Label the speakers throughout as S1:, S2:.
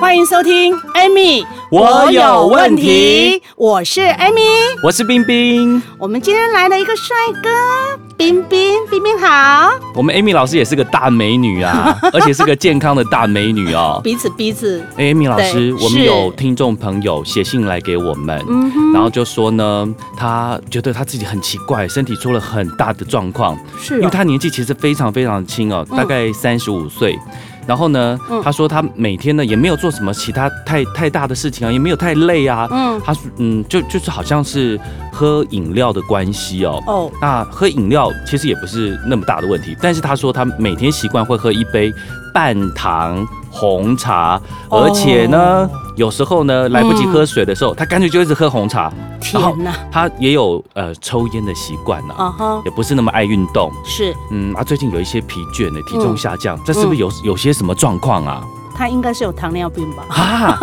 S1: 欢迎收听 Amy，
S2: 我有问题，
S1: 我是 Amy。
S2: 我是冰冰，
S1: 我们今天来了一个帅哥，冰冰，冰冰好，
S2: 我们 Amy 老师也是个大美女 啊，而且是个健康的大美女哦。
S1: 彼此彼此，
S2: 哎，Amy 老师，
S1: 对
S2: 我们
S1: 是
S2: 有听众朋友写信来给我们，
S1: 嗯哼，
S2: 然后就说呢，他觉得他自己很奇怪，身体出了很大的状况，
S1: 是
S2: 因为
S1: 哦，
S2: 他年纪其实非常非常轻哦，
S1: 嗯
S2: 大概三十五岁。然后呢
S1: 嗯，
S2: 他说他每天呢也没有做什么其他太太大的事情啊，也没有太累啊。
S1: 嗯，
S2: 他说嗯，就就是好像是喝饮料的关系哦。
S1: 哦，
S2: 那喝饮料其实也不是那么大的问题，但是他说他每天习惯会喝一杯半糖红茶，
S1: 哦嗯
S2: 而且呢，有时候呢来不及喝水的时候，他干脆就一直喝红茶。
S1: 天哪，
S2: 他也有呃抽烟的习惯
S3: 哦
S2: 呢，
S1: 啊哈，
S2: 也不是那么爱运动。
S1: 是
S2: 嗯啊，最近有一些疲倦呢，体重
S1: 嗯
S2: 下降，这是不是有有些什么状况啊？
S1: 他应该是有糖尿病
S3: 嗯
S1: 吧？
S2: 啊，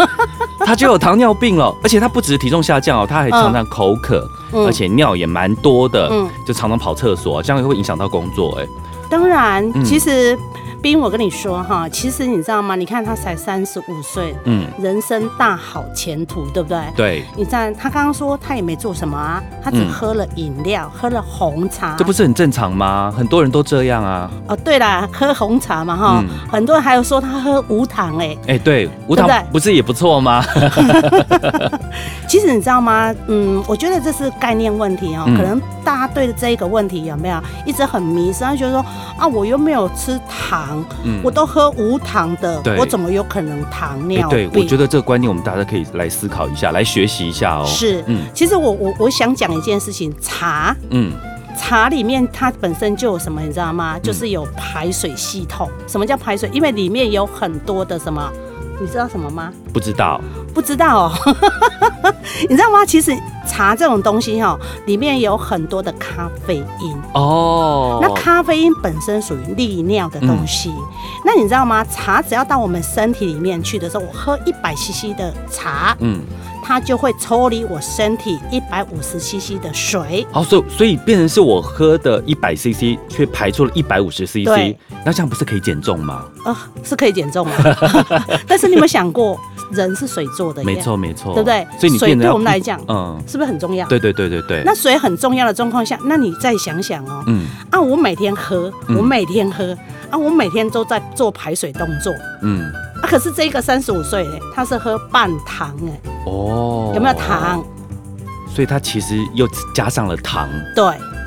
S2: 他就有糖尿病了，而且他不止体重下降哦，他还常常口渴，
S1: 嗯
S2: 而且尿也蛮多的，
S1: 嗯
S2: 就常常跑厕所，这样会影响到工作哎。
S1: 当然
S2: 嗯，
S1: 其实冰，我跟你说哈，其实你知道吗？你看他才三十五岁，
S2: 嗯，
S1: 人生大好前途，对不对？
S2: 对，
S1: 你看他刚刚说他也没做什么啊，他只
S2: 嗯
S1: 喝了饮料，喝了红茶，
S2: 这不是很正常吗？很多人都这样啊。
S1: 哦，对啦，喝红茶嘛哈，
S2: 嗯
S1: 很多人还有说他喝无糖哎、
S2: 哎，对，无
S1: 对不
S2: 糖
S1: 对
S2: 不是也不错吗？
S1: 其实你知道吗？嗯，我觉得这是概念问题哦、
S2: 嗯
S1: 可能大家对这一个问题有没有一直很迷失，然后觉得说啊，我又没有吃糖，
S2: 嗯
S1: 我都喝无糖的
S2: 对，
S1: 我怎么有可能糖
S2: 哎
S1: 尿
S2: 对
S1: 病？，
S2: 我觉得这个观念我们大家可以来思考一下，来学习一下哦。
S1: 是。
S2: 嗯
S1: 其实我我我想讲一件事情，茶
S2: 嗯，
S1: 茶里面它本身就有什么，你知道吗？就是有排水系统。什么叫排水？因为里面有很多的什么，你知道什么吗？
S2: 不知道，
S1: 不知道、哦， 你知道吗？其实茶这种东西哦，里面有很多的咖啡因。
S2: 哦，嗯
S1: 那咖啡因本身属于利尿的东西，那你知道吗？茶只要到我们身体里面去的时候，我喝一百 CC 的茶，
S2: 嗯，
S1: 它就会抽离我身体一百五十 CC 的水。
S2: 好，所以所以变成是我喝的一百 CC，却排出了一百五十 CC，
S1: 对
S2: 那这样不是可以减重吗？
S1: 啊、是可以减重的。 但是你有没有想过，人是水做的耶？
S2: 没，错没错，
S1: 对不对
S2: 所以你
S1: 水
S2: 变得
S1: 对
S2: 要
S1: 我们来讲
S2: 嗯，
S1: 是不是很重要？
S2: 对对对对对，
S1: 那水很重要的状况下，那你再想想哦，
S2: 嗯
S1: 啊，我每天喝，
S2: 嗯
S1: 我每天喝，啊，我每天都在做排水动作。
S2: 嗯
S1: 啊，可是这个三十五岁嘞，他是喝半糖哎，
S2: 哦，
S1: 有没有糖？？
S2: 所以它其实又加上了糖，
S1: 对，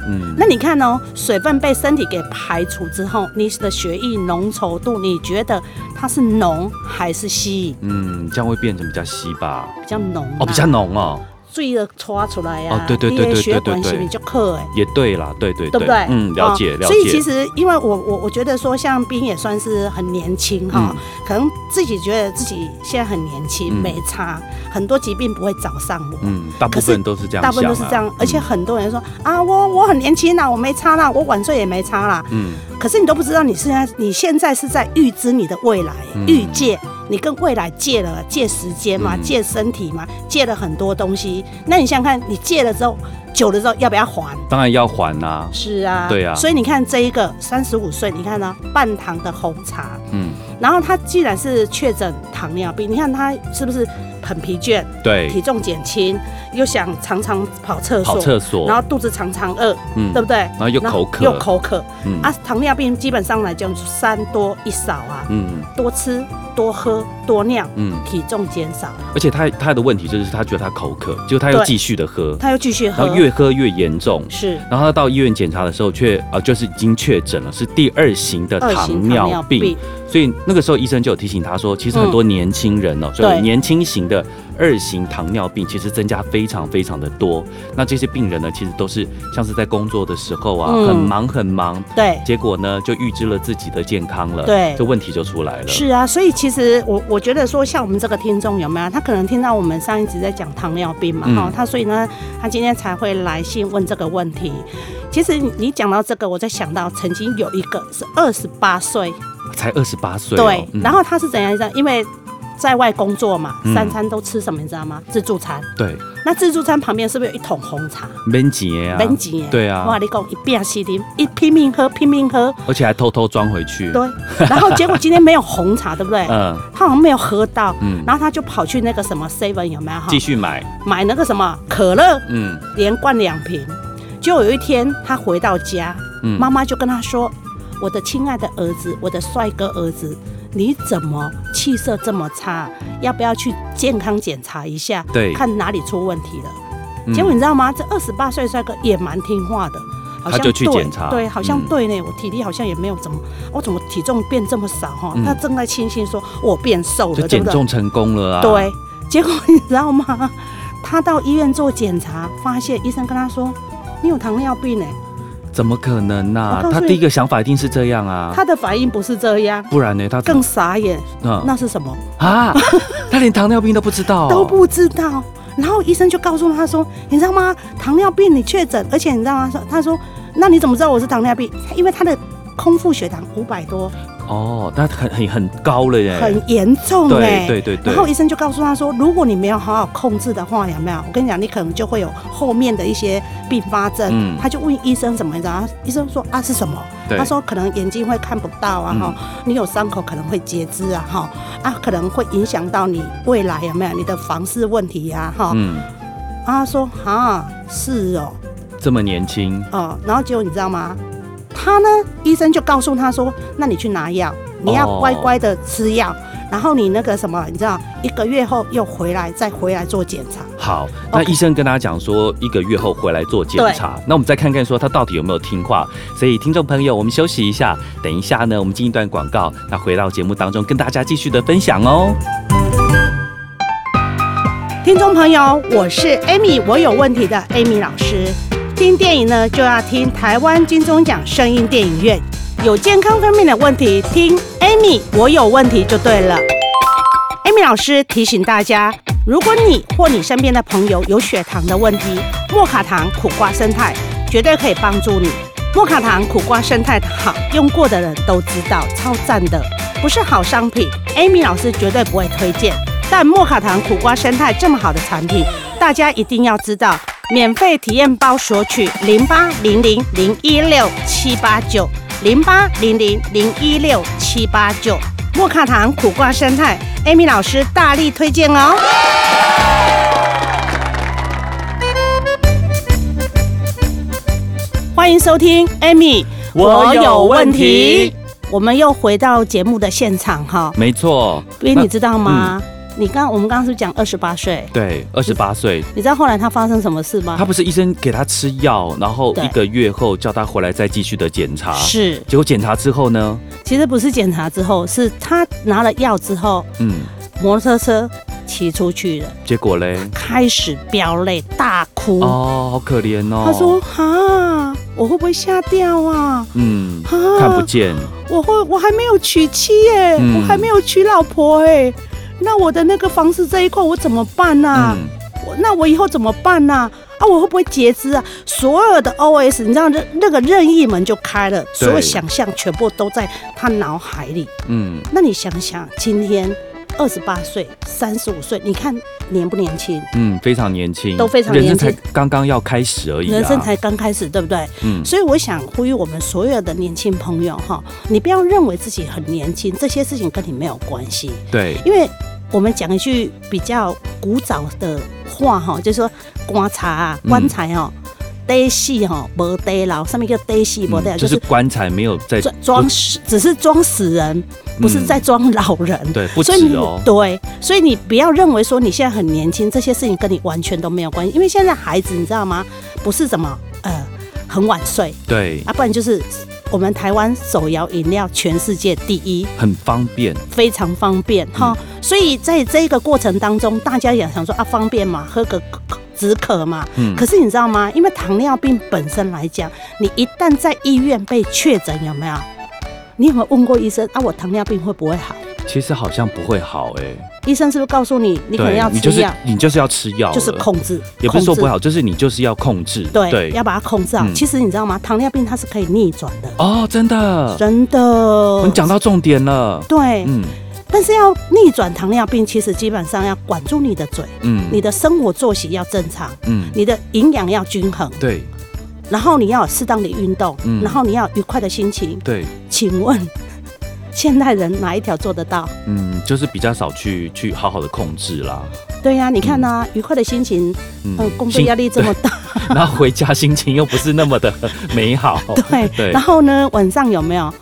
S2: 嗯，
S1: 那你看哦，水分被身体给排除之后，你的血液浓稠度，你觉得它是浓还是稀？
S2: 嗯，这样会变成比较稀吧？
S1: 比较浓、啊、
S2: 哦，比较浓哦，
S1: 醉了搓出来呀、啊
S2: 哦对对对
S1: 你的
S2: 对
S1: 血
S2: 对
S1: 管
S2: 对
S1: 是不是就克哎？
S2: 也对啦，对对
S1: 对不对？
S2: 嗯，了解
S1: 哦
S2: 了解，
S1: 所以其实，因为我我我觉得说，像冰也算是很年轻哈、可能自己觉得自己现在很年轻，
S2: 嗯
S1: 没差，很多疾病不会找上我。
S2: 嗯，大部
S1: 可
S2: 分
S1: 是
S2: 都是这样想啊，
S1: 大部分都是这样，而且很多人说啊，我我很年轻啦，我没差啦，我晚睡也没差啦。
S2: 嗯，
S1: 可是你都不知道，你现在你现在是在预知你的未来，
S2: 嗯
S1: 预借你跟未来借了借时间嘛，
S2: 嗯
S1: 借身体嘛，借了很多东西。那你想想看，你借了之后，久了之后要不要还？
S2: 当然要还啦，
S1: 是啊，
S2: 对啊
S1: 所以你看这一个三十五岁，你看呢、半糖的红茶，
S2: 嗯，
S1: 然后他既然是确诊糖尿病，你看他是不是很疲倦，
S2: 对，
S1: 体重减轻，又想常常跑厕所，
S2: 跑厕所，
S1: 然后肚子常常饿，
S2: 嗯
S1: 对不对？
S2: 然后又口渴，
S1: 又口渴、
S2: 嗯
S1: 啊！糖尿病基本上来讲，三多一少啊，
S2: 嗯
S1: 多吃、多喝、多尿，
S2: 嗯，
S1: 体重减少，啊
S2: 而且他他的问题就是他觉得他口渴，结果他又
S1: 对
S2: 继续的喝，
S1: 他又继续喝，
S2: 然后越喝越严重。
S1: 是
S2: 然后他到医院检查的时候却，啊就是已经确诊了是第二型的
S1: 二
S2: 糖
S1: 型
S2: 尿病，所以那个时候医生就有提醒他说，其实很多年轻人哦，所以
S1: 对
S2: 年轻型的的二型糖尿病其实增加非常非常的多。那这些病人呢，其实都是像是在工作的时候啊，
S1: 嗯
S2: 很忙很忙，
S1: 对。
S2: 结果呢就预知了自己的健康了，
S1: 对
S2: 这问题就出来了。
S1: 是啊，所以其实我我觉得说，像我们这个听众有没啊有？他可能听到我们上一集在讲糖尿病嘛，
S2: 嗯
S1: 哈、他所以呢，他今天才会来信问这个问题。其实你你讲到这个，我在想到曾经有一个是二十八岁，
S2: 才二十八岁哦，
S1: 对，
S2: 嗯
S1: 然后他是怎样？你知道因为在外工作嘛，
S2: 嗯
S1: 三餐都吃什么？你知道吗？自助餐。
S2: 对，
S1: 那自助餐旁边是不是有一桶红茶？
S2: 闷结啊，
S1: 冷几耶？
S2: 对啊
S1: 我跟你讲，一变西林，一拼命喝，拼命 喝，
S2: 而且还偷偷装回去，
S1: 对。然后结果今天没有红茶，对不对？
S2: 嗯
S1: 他好像没有喝到，
S2: 嗯，
S1: 然后他就跑去那个什么 Seven 有没有哈
S2: 继？续买，
S1: 买那个什么可乐，
S2: 嗯
S1: 连灌两瓶。结果有一天他回到家，
S2: 嗯，
S1: 妈妈就跟他说：“我的亲爱的儿子，我的帅哥儿子，你怎么气色这么差？要不要去健康检查一下？
S2: 对
S1: 看哪里出问题了？”
S2: 嗯
S1: 结果你知道吗？这二十八岁帅哥也蛮听话的，好像
S2: 他就去
S1: 对
S2: 检查
S1: 对，好像
S2: 嗯
S1: 对呢。我体力好像也没有怎么，我怎么体重变这么少哈？
S2: 嗯
S1: 他正在庆幸说我变瘦
S2: 就
S1: 了，对
S2: 减
S1: 不对？
S2: 重成功了啊，，
S1: 对，结果你知道吗？ 他到医院做检查，发现医生跟他说：“你有糖尿病呢。欸
S2: 怎么可能呢、
S1: 我告诉
S2: 他
S1: 你
S2: 第一个想法一定是这样啊，
S1: 他的反应不是这样，
S2: 不然呢，他怎
S1: 更
S2: 么
S1: 傻眼。
S2: 嗯
S1: 那是什么
S2: 啊，他连糖尿病都不知道，
S1: 都不知道。然后医生就告诉他说：“你知道吗？糖尿病你确诊，而且你知道吗？说他说，那你怎么知道我是糖尿病？因为他的空腹血糖五百多，
S2: 哦，那很很很高了耶，
S1: 很严重哎、
S2: 对对对对
S1: 然后医生就告诉他说，如果你没有好好控制的话，有没有？我跟你讲，你可能就会有后面的一些并发症。
S2: 嗯
S1: 他就问医生怎么样，然后医生说啊是什么？
S2: 对嗯
S1: 他说可能眼睛会看不到啊哈、你有伤口可能会截肢啊哈，啊可能会影响到你未来有没有你的房事问题呀、哈、
S2: 嗯，
S1: 啊他说啊是哦
S2: 这么年轻，
S1: 哦，然后结果你知道吗？他呢，医生就告诉他说，那你去拿药，你要
S2: 哦
S1: 乖乖的吃药。然后你那个什么，你知道，一个月后又回来，再回来做检查。
S2: 好，那
S1: OK
S2: 医生跟大家讲说，一个月后回来做检查。那我们再看看说他到底有没有听话。所以听众朋友，我们休息一下，等一下呢，我们进一段广告，那回到节目当中跟大家继续的分享哦。
S1: 听众朋友，我是 Amy，我有问题的 Amy 老师。听电影呢，就要听台湾金钟奖声音电影院。有健康方面的问题，听 Amy，我有问题就对了。Amy 老师提醒大家，如果你或你身边的朋友有血糖的问题，莫卡糖苦瓜生态绝对可以帮助你。莫卡糖苦瓜生态好，用过的人都知道，超赞的，不是好商品，Amy 老师绝对不会推荐。但莫卡糖苦瓜生态这么好的产品，大家一定要知道。免费体验包索取零八零零零一六七八九零八零零零一六七八九莫卡糖苦瓜生态，Amy 老师大力推荐哦。欢迎收听 Amy，
S2: 我有问题。
S1: 我们又回到节目的现场哈，
S2: 没错，
S1: 因为
S2: 那嗯
S1: 你知道吗？你刚我们刚刚是不是讲二十八岁，
S2: 对，二十八岁，
S1: 你知道后来他发生什么事吗
S2: 他？不是医生给他吃药，然后
S1: 对
S2: 一个月后叫他回来再继续的检查。
S1: 是，
S2: 结果检查之后呢，
S1: 其实不是检查之后，是他拿了药之后，
S2: 嗯，
S1: 摩托车骑出去了，
S2: 结果嘞，
S1: 开始飙泪大哭。
S2: 哦，好可怜哦。
S1: 他说：“，哈，我会不会吓掉啊？
S2: 嗯，
S1: 哈，
S2: 看不见，
S1: 我会，我还没有娶妻耶、
S2: 嗯
S1: 我还没有娶老婆哎、那我的那个房子这一块我怎么办呐、啊？
S2: 嗯，
S1: 我那我以后怎么办呐、啊？我会不会截肢啊？所有的 OS，你知道那那个任意门就开了，所有想象全部都在他脑海里。
S2: 嗯，
S1: 那你想想，今天二十八岁、三十五岁，你看年不年轻？
S2: 嗯，非常年轻，
S1: 都非常
S2: 人
S1: 年
S2: 生
S1: 轻
S2: 才刚刚要开始而已、啊，
S1: 人生才刚开始，对不对？
S2: 嗯
S1: 所以我想呼吁我们所有的年轻朋友哈，你不要认为自己很年轻，这些事情跟你没有关系。
S2: 对，
S1: 因为我们讲一句比较古早的话哈，就是说棺材啊，
S2: 嗯
S1: 棺材哦，呆戏哈，没呆老，上面叫呆戏没呆老，
S2: 嗯就
S1: 就
S2: 是
S1: 是
S2: 棺材没有在
S1: 装装死，只是装死人，不是在装老人。
S2: 嗯对，不止
S1: 所以你
S2: 哦，
S1: 对，所以你不要认为说你现在很年轻，这些事情跟你完全都没有关系，因为现在孩子你知道吗？不是怎么呃很晚睡
S2: 对，
S1: 啊，不然就是我们台湾手摇饮料全世界第一，
S2: 很方便，
S1: 非常方便哈。
S2: 嗯
S1: 所以在这个过程当中，大家也想说啊，方便嘛，喝个 止渴嘛。
S2: 嗯
S1: 可是你知道吗？因为糖尿病本身来讲，你一旦在医院被确诊，有没有？你有没有问过医生啊？我糖尿病会不会好？
S2: 其实好像不会好哎、
S1: 医生是不是告诉你，你可能要
S2: 你就
S1: 吃
S2: 是
S1: 药，
S2: 你就是要吃药了，
S1: 就是控制，
S2: 也不是说不
S1: 控制，
S2: 好，就是你就是要控制，
S1: 对，要把它控制好。
S2: 嗯
S1: 其实你知道吗？糖尿病它是可以逆转的，
S2: 哦，真的，
S1: 真的。
S2: 你讲到重点了，
S1: 对，
S2: 嗯
S1: 但是要逆转糖尿病，其实基本上要管住你的嘴，
S2: 嗯，
S1: 你的生活作息要正常，
S2: 嗯
S1: 你的营养要均衡，
S2: 对
S1: 然后你要有适当的运动，
S2: 嗯
S1: 然后你要有愉快的心情。
S2: 对，
S1: 请问， 现代人哪一条做得到？
S2: 嗯，就是比较少去去好好的控制啦，
S1: 对呀、你看呢、啊愉快的心情，嗯、工作
S2: 心
S1: 压力这么大，
S2: 然后回家心情又不是那么的 美好，
S1: 对，
S2: 对
S1: 然，后呢，晚上有没有？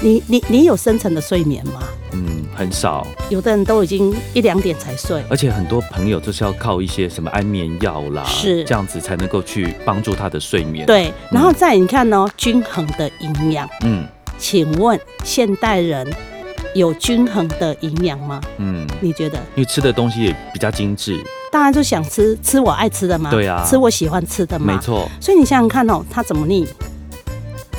S1: 你你你有深层的睡眠吗？
S2: 嗯，很少，
S1: 有的人都已经一两点才睡，
S2: 而且很多朋友就是要靠一些什么安眠药啦，
S1: 是
S2: 这样子才能够去帮助他的睡眠，，
S1: 对，然后再你看哦，均衡的营养，
S2: 嗯
S1: 请问现代人有均衡的营养吗？
S2: 嗯，
S1: 你觉得？
S2: 因为吃的东西也比较精致，
S1: 大家就想吃吃我爱吃的嘛，
S2: 对啊
S1: 吃我喜欢吃的嘛，
S2: 没。错，
S1: 所以你想想看哦，他怎么腻？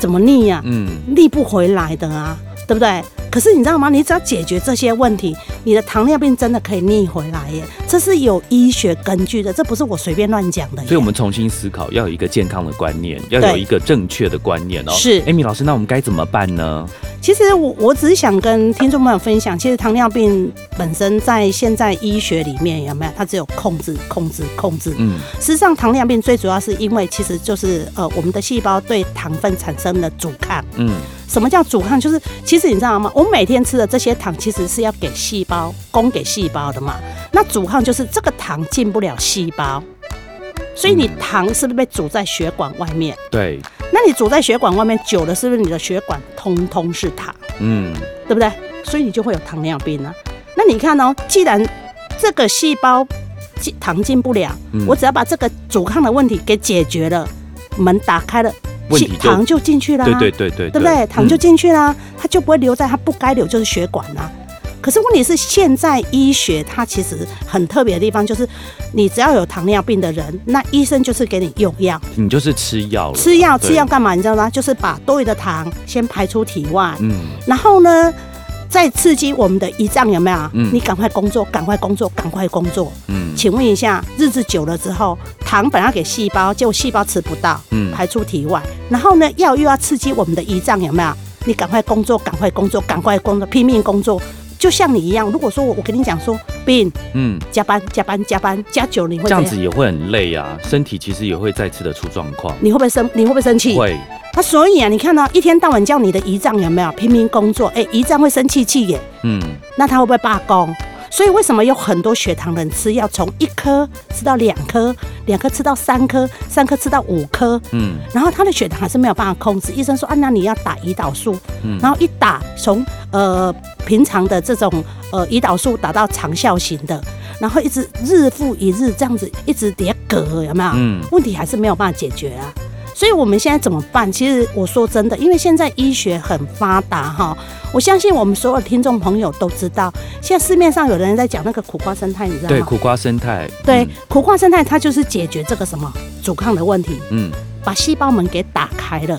S1: 怎么腻呀、
S2: 嗯。
S1: 腻不回来的啊，对不对？可是你知道吗？你只要解决这些问题，你的糖尿病真的可以逆回来耶，这是有医学根据的，这不是我随便乱讲的耶。
S2: 所以，我们重新思考，要有一个健康的观念，要有
S1: 对
S2: 一个正确的观念哦。
S1: 是
S2: ，Amy 老师，那我们该怎么办呢？
S1: 其实我我只是想跟听众朋友分享，其实糖尿病本身在现在医学里面有没有？它只有控制、控制、控制。
S2: 嗯，
S1: 事实上，糖尿病最主要是因为其实就是呃，我们的细胞对糖分产生了阻抗。
S2: 嗯，
S1: 什么叫阻抗？就是其实你知道吗？我每天吃的这些糖其实是要给细胞供给细胞的嘛。那阻抗就是这个糖进不了细胞，所以你
S2: 嗯
S1: 糖是不是被阻在血管外面？
S2: 对，
S1: 那你阻在血管外面久了，是不是你的血管通通是糖？
S2: 嗯，
S1: 对不对？所以你就会有糖尿病啊。那你看哦，既然这个细胞进糖进不了，
S2: 嗯
S1: 我只要把这个阻抗的问题给解决了，门打开了，
S2: 问
S1: 细
S2: 题就
S1: 糖就进去啦、
S2: 对对对对，
S1: 对不对？糖就
S2: 嗯
S1: 进去啦、它就不会留在它不该留就是血管啦、可是问题是，现在医学它其实很特别的地方就是，你只要有糖尿病的人，那医生就是给你用药，
S2: 嗯你就是吃药了，
S1: 吃药
S2: 哦对
S1: 吃药，干嘛？你知道吗？就是把多余的糖先排出体外，
S2: 嗯，
S1: 然后呢，再刺激我们的胰脏有没有？
S2: 嗯
S1: 你赶快工作，赶快工作，赶快工作。
S2: 嗯
S1: 请问一下，日子久了之后，糖本来给细胞，结果细胞吃不到，
S2: 嗯
S1: 排出体外。然后呢，药又要刺激我们的胰脏有没有？你赶快工作，赶快工作，赶快工作，拼命工作。就像你一样，如果说我我跟你讲说，病
S2: 嗯，
S1: 加班加班加班加久了你会
S2: 这
S1: 怎
S2: 样
S1: 样？
S2: 子也会很累啊，身体其实也会再次的出状况，
S1: 你会不会生？你会不会生气？
S2: 会，
S1: 那所以啊，你看到、一天到晚叫你的胰脏有没有拼命工作？哎、胰脏会生气气耶。
S2: 嗯
S1: 那他会不会罢工？所以为什么有很多血糖人吃药从一颗吃到两颗，两颗吃到三颗，三颗吃到五颗，
S2: 嗯
S1: 然后他的血糖还是没有办法控制。医生说啊，那你要打胰岛素，
S2: 嗯
S1: 然后一打从呃平常的这种呃胰岛素打到长效型的，然后一直日复一日这样子一直叠格，有没有？
S2: 嗯
S1: 问题还是没有办法解决啊。所以我们现在怎么办？其实我说真的，因为现在医学很发达哈，我相信我们所有听众朋友都知道，现在市面上有人在讲那个苦瓜生态，你知道
S2: 对，
S1: 吗？
S2: 苦嗯瓜生态，
S1: 对，苦瓜生态它就是解决这个什么阻抗的问题，
S2: 嗯，
S1: 把细胞门给打开了。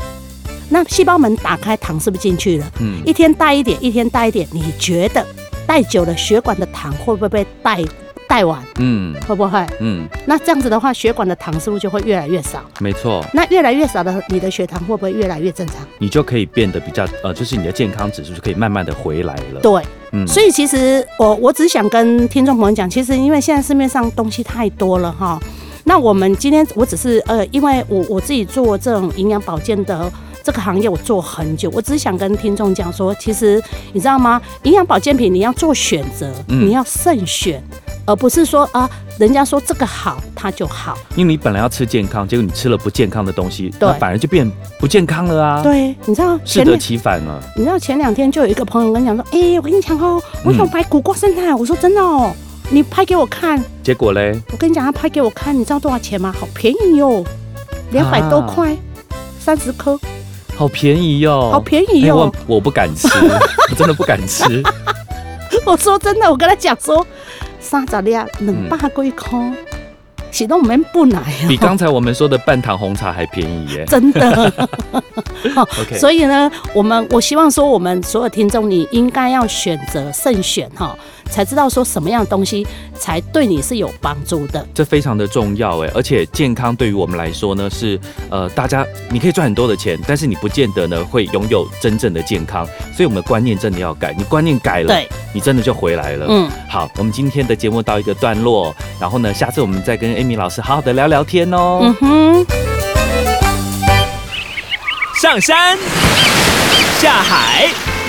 S1: 那细胞门打开，糖是不是进去了？
S2: 嗯嗯，
S1: 一天带一点，一天带一点，你觉得带久了血管的糖会不会被带带完？
S2: 嗯
S1: 会不会？
S2: 嗯，
S1: 那这样子的话，血管的糖是不是就会越来越少？
S2: 没错，
S1: 那越来越少的，你的血糖会不会越来越正常？
S2: 你就可以变得比较呃，就是你的健康指数就可以慢慢的回来了，
S1: 对，
S2: 嗯，
S1: 所以其实我我只想跟听众朋友讲，其实因为现在市面上东西太多了哈。那我们今天我只是呃，因为我我自己做这种营养保健的这个行业，我做很久，我只是想跟听众讲说，其实你知道吗？营养保健品你要做选择，
S2: 嗯
S1: 你要慎选，而不是说啊，人家说这个好它就好，
S2: 因为你本来要吃健康，结果你吃了不健康的东西，
S1: 对
S2: 那反而就变不健康了啊。，
S1: 对，你知道
S2: 适
S1: 前
S2: 得
S1: 面
S2: 其反了。
S1: 你知道前两天就有一个朋友跟你讲说，哎、我跟你讲哦，我想拍苦瓜生态，我说真的哦，你拍给我看，
S2: 结果嘞，
S1: 我跟你讲，他拍给我看，你知道多少钱吗？好便宜哟、哦，两百多块，三十颗，
S2: 好便宜哟、
S1: 好便宜哦
S2: 哎
S1: 哟、
S2: 我我不敢吃，我真的不敢吃。
S1: 我说真的，我跟他讲说，三十粒两百几块，是都免不来
S2: 比刚才我们说的半糖红茶还便宜 耶。
S1: 真的。好
S2: OK
S1: 所以呢，我们我希望说，我们所有听众，你应该要选择慎选哈，才知道说什么样的东西才对你是有帮助的。
S2: 这非常的重要哎，而且健康对于我们来说呢是呃，大家你可以赚很多的钱，但是你不见得呢会拥有真正的健康，所以我们的观念真的要改。你观念改了，
S1: 对，
S2: 你真的就回来了。
S1: 嗯，
S2: 好，我们今天的节目到一个段落，然后呢，下次我们再跟 Amy 老师好好的聊聊天哦。
S1: 嗯哼，
S4: 上山，下海，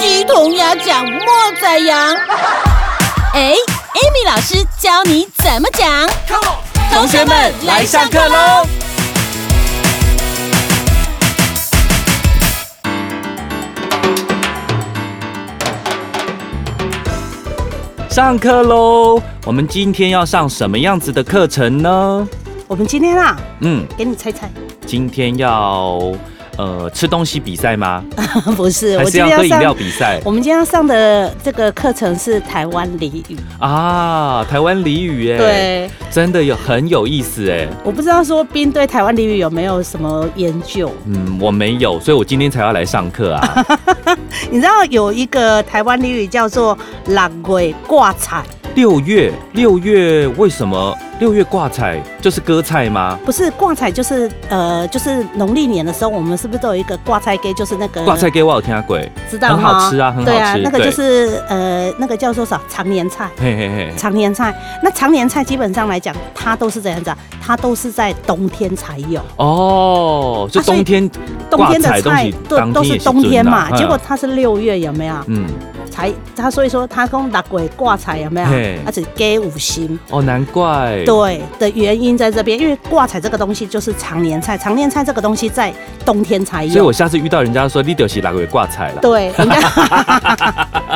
S5: 鸡同鸭讲，莫宰羊。哎，Amy 老师教你怎么讲。同学们来上课喽！
S2: 上课喽！我们今天要上什么样子的课程呢？
S1: 我们今天啊，
S2: 嗯，
S1: 给你猜猜，
S2: 今天要呃吃东西比赛吗？
S1: 不是，
S2: 还
S1: 我
S2: 是
S1: 今
S2: 要
S1: 天
S2: 喝饮料
S1: 上。
S2: 比赛
S1: 我们今天要上的这个课程是台湾俚语，
S2: 啊？台湾俚语哎，，
S1: 对，
S2: 真的有很有意思哎。
S1: 我不知道说冰对台湾俚语有没有什么研究。
S2: 嗯，我没有，所以我今天才要来上课 啊。
S1: 你知道有一个台湾俚语叫做“六鬼挂彩
S2: 六月，六月为什么六月挂彩就是割菜吗”，？
S1: 不是挂彩就是呃，就是农历年的时候，我们是不是都有一个挂菜给，就是那个
S2: 挂菜给我有听鬼，
S1: 知道
S2: 很
S1: 吗
S2: 好吃啊很好
S1: 对啊
S2: 吃，
S1: 那个
S2: 对
S1: 就是呃，那个叫做啥常年菜。
S2: 嘿嘿嘿，
S1: 常年菜，那常年菜基本上来讲，它都是怎样子啊？它都是在冬天才有，
S2: 哦，就
S1: 啊所以
S2: 冬天
S1: 冬天的
S2: 挂
S1: 菜
S2: 菜东西
S1: 都
S2: 当天
S1: 都是
S2: 也是
S1: 冬天嘛。
S2: 准啊嗯
S1: 结果它是六月有没有？
S2: 嗯，
S1: 才它所以说它跟六鬼挂彩有没有
S2: 嘿？
S1: 而且给五星。
S2: 哦，难怪，
S1: 对的原因在这边，因为挂彩这个东西就是常年菜，常年菜这个东西在冬天才
S2: 所以我
S1: 有。
S2: 下次遇到人家说你就是哪个月挂彩了，
S1: 对，应该，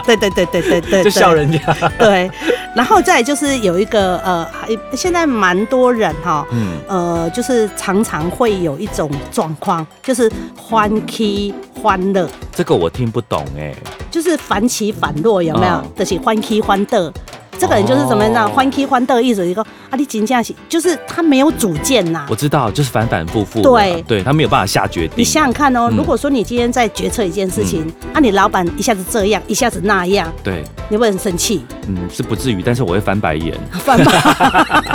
S1: 对对对对对对，
S2: 就笑人 家，
S1: 对，然后再来就是有一个呃，还现在蛮多人哈、
S2: 嗯，
S1: 呃，就是常常会有一种状况，就是欢喜欢乐，
S2: 这个我听不懂哎，
S1: 就是反起反落，有没有？
S2: 嗯
S1: 就是欢喜欢乐。这个人就是怎么样？
S2: 哦
S1: 欢喜欢乐意思就是说啊，你真正是，就是他没有主见呐、
S2: 我知道，就是反反复复的，
S1: 对
S2: 对他没有办法下决定，
S1: 你想想看哦，
S2: 嗯
S1: 如果说你今天在决策一件事情，啊，你老板一下子这样，一下子那样，
S2: 对，
S1: 你会很生气，
S2: 嗯，是不至于，但是我会翻白眼，
S1: 反吧，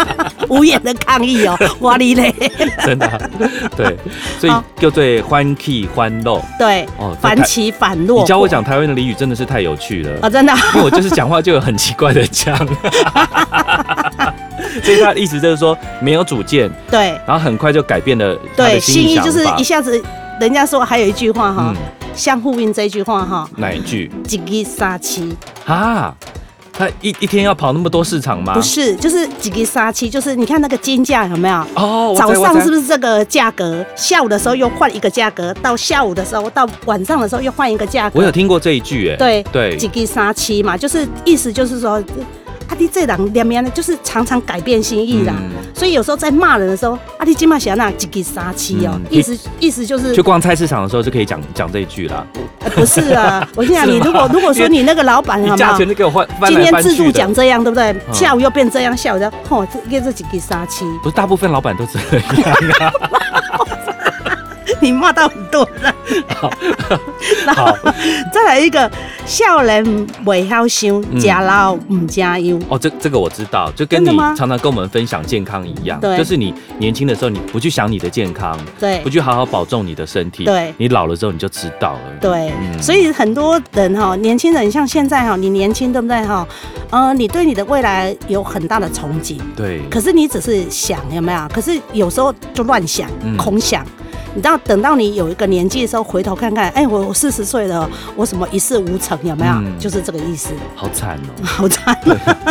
S1: 无言的抗议哦，哇哩嘞，
S2: 真的啊，对，所以
S1: 好
S2: 叫做欢喜欢乐，
S1: 对，
S2: 哦
S1: 反起反落。
S2: 你教我讲台湾的俚语真的是太有趣了
S1: 啊，真的啊，
S2: 因为我就是讲话就有很奇怪的腔， 所以他的意思就是说没有主见，
S1: 对
S2: 然后很快就改变了他
S1: 对，
S2: 的心
S1: 心
S2: 意
S1: 意
S2: 想
S1: 就是
S2: 法
S1: 一。下子，人家说还有一句话哈
S2: 嗯，，
S1: 相互应这一句话哈，
S2: 哪一句
S1: 几个杀七，
S2: 啊？他一一天要跑那么多市场吗？
S1: 不是，就是几个杀七，就是你看那个金价有没有？
S2: 哦，
S1: 早上是不
S2: 是？
S1: 是这个价格？下午的时候又换一个价格，到下午的时候，到晚上的时候又换一个价格。
S2: 我有听过这一句，哎，
S1: 对
S2: 对
S1: 几个杀七嘛，就是意思就是说，阿弟这人两面呢，就是常常改变心意啦。
S2: 嗯
S1: 所以有时候在骂人的时候，啊阿弟金马想那几个杀七哦
S2: 嗯，
S1: 意思意思就是
S2: 去逛菜市场的时候就可以讲讲这一句啦。
S1: 呃不是 啊，我跟你讲，
S2: 是吗
S1: 你如果如果说你那个老板
S2: 你
S1: 嗯好
S2: 价
S1: 吗
S2: 钱？就给我换翻
S1: 今
S2: 来
S1: 天
S2: 翻
S1: 制度
S2: 去
S1: 讲
S2: 的。
S1: 这样，对不对？
S2: 嗯
S1: 下午又变这样，下午就吼，这又这几个杀气，
S2: 不是大部分老板都这样啊。
S1: 你骂到很多人。然后
S2: 好
S1: 再来一个，少年未晓想，
S2: 嗯
S1: 食老唔食样。
S2: 哦，这这个我知道，就跟你
S1: 真的吗
S2: 常常跟我们分享健康一样，
S1: 对
S2: 就是你年轻的时候你不去想你的健康，
S1: 对
S2: 不去好好保重你的身体，
S1: 对
S2: 你老了之后你就知道了。
S1: 对，
S2: 嗯
S1: 所以很多人哈，年轻人像现在哈，你年轻对不对哈？呃，你对你的未来有很大的憧憬，
S2: 对，
S1: 可是你只是想有没有？可是有时候就乱想
S2: 嗯、
S1: 空想。你知道，等到你有一个年纪的时候，回头看看，哎，我我四十岁了，我什么一事无成，有没有？
S2: 嗯
S1: 就是这个意思。
S2: 好惨哦、
S1: 好惨，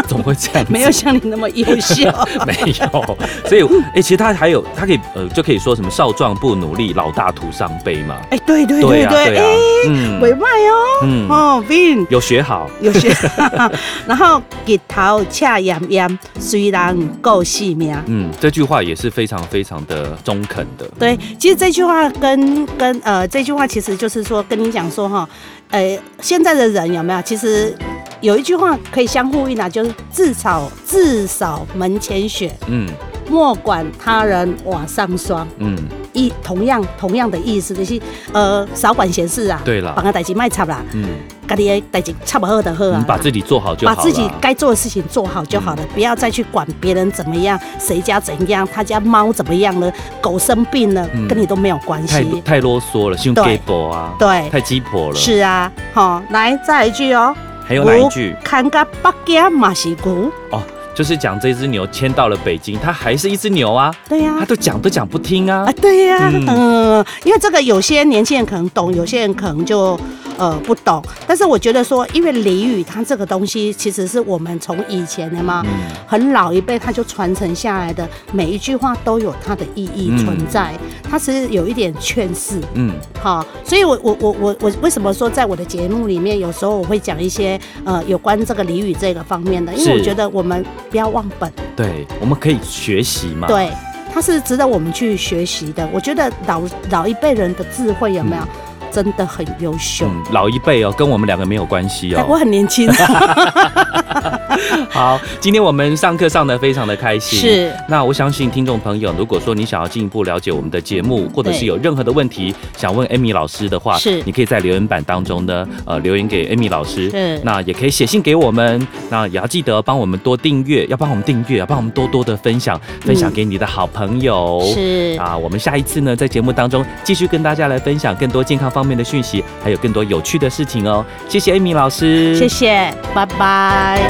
S2: 怎么会这样子？
S1: 没有像你那么优 秀。
S2: 没有，所以哎、其实他还有，他可以呃，就可以说什么少壮不努力，老大徒伤悲嘛。
S1: 哎，对对
S2: 对
S1: 对
S2: 呀、对
S1: 对，
S2: 呀、
S1: 哎，尾
S2: 嗯
S1: 麦哦，
S2: 嗯，
S1: 哦，Vin
S2: 有学好，
S1: 有些， 然后日头赤炎炎，虽然够细命。
S2: 嗯，这句话也是非常非常的中肯的。
S1: 对，其实这句话跟跟呃，这句话其实就是说跟你讲说哈，呃，现在的人有没有？其实有一句话可以相呼应啊，就是自扫自扫门前雪，
S2: 嗯
S1: 莫管他人瓦上霜。
S2: 嗯，
S1: 一同样同样的意思，就是呃，少管闲事啊，
S2: 对啦
S1: 把个代志卖插啦，
S2: 嗯，
S1: 家己的代志差不好的好
S2: 我
S1: 啊
S2: 们。把自己做好就好
S1: 把
S2: 了。嗯
S1: 自己该做的事情做好就好了，不要再去管别人怎么样，谁家怎样，他家猫怎么样了，狗生病了，
S2: 嗯
S1: 跟你都没有关
S2: 太
S1: 系。
S2: 太啰嗦了，是用 gay
S1: 对
S2: boy 啊，
S1: 对，
S2: 太鸡婆了。，
S1: 是啊，好，来再来一句哦，
S2: 还有哪一句？
S1: 看个北京马是牛，
S2: 就是讲这只牛迁到了北京，它还是一只牛啊，
S1: 对呀、
S2: 它
S1: 啊。
S2: 都讲都讲不听啊。
S1: 对呀、
S2: 嗯
S1: 嗯、因为这个有些年轻人可能懂，有些人可能就呃不懂。但是我觉得说，因为俚语它这个东西，其实是我们从以前的嘛，
S2: 嗯
S1: 很老一辈他就传承下来的，每一句话都有它的意义存在，它其实有一点劝世。
S2: 嗯
S1: 好，所以我我我我我为什么说在我的节目里面，有时候我会讲一些呃有关这个俚语这个方面的，因为
S2: 是
S1: 我觉得我们不要忘本，
S2: 对，我们可以学习嘛。，
S1: 对，它是值得我们去学习的。我觉得老老一辈人的智慧有没有、真的很优秀？
S2: 嗯，老一辈哦，跟我们两个没有关系
S1: 哎
S2: 哦。
S1: 我很年轻，
S2: 好，今天我们上课上的非常的开心。。
S1: 是
S2: 那我相信听众朋友，如果说你想要进一步了解我们的节目，或者
S1: 对
S2: 是有任何的问题想问 Amy 老师的话，
S1: 是
S2: 你可以在留言板当中呢，呃，留言给 Amy 老师。
S1: 是
S2: 那也可以写信给我们，那也要记得帮我们多订阅，要帮我们订阅，要帮我们多多的分享，分享给你的好朋友。
S1: 是，
S2: 啊，我们下一次呢，在节目当中继续跟大家来分享更多健康方面的讯息，还有更多有趣的事情哦。谢谢 Amy 老师，
S1: 谢谢，拜拜。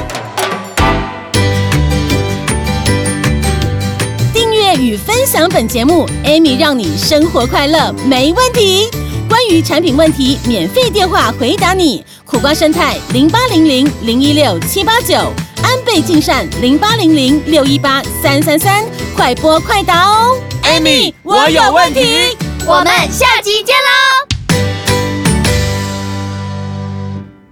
S5: 订阅与分享本节目，Amy 让你生活快乐没问题。关于产品问题，免费电话回答你。苦瓜生态零八零零零一六七八九，安倍晋善零八零零六一八三三三，快播快答哦。Amy，我有问题。
S3: 我们下集见喽！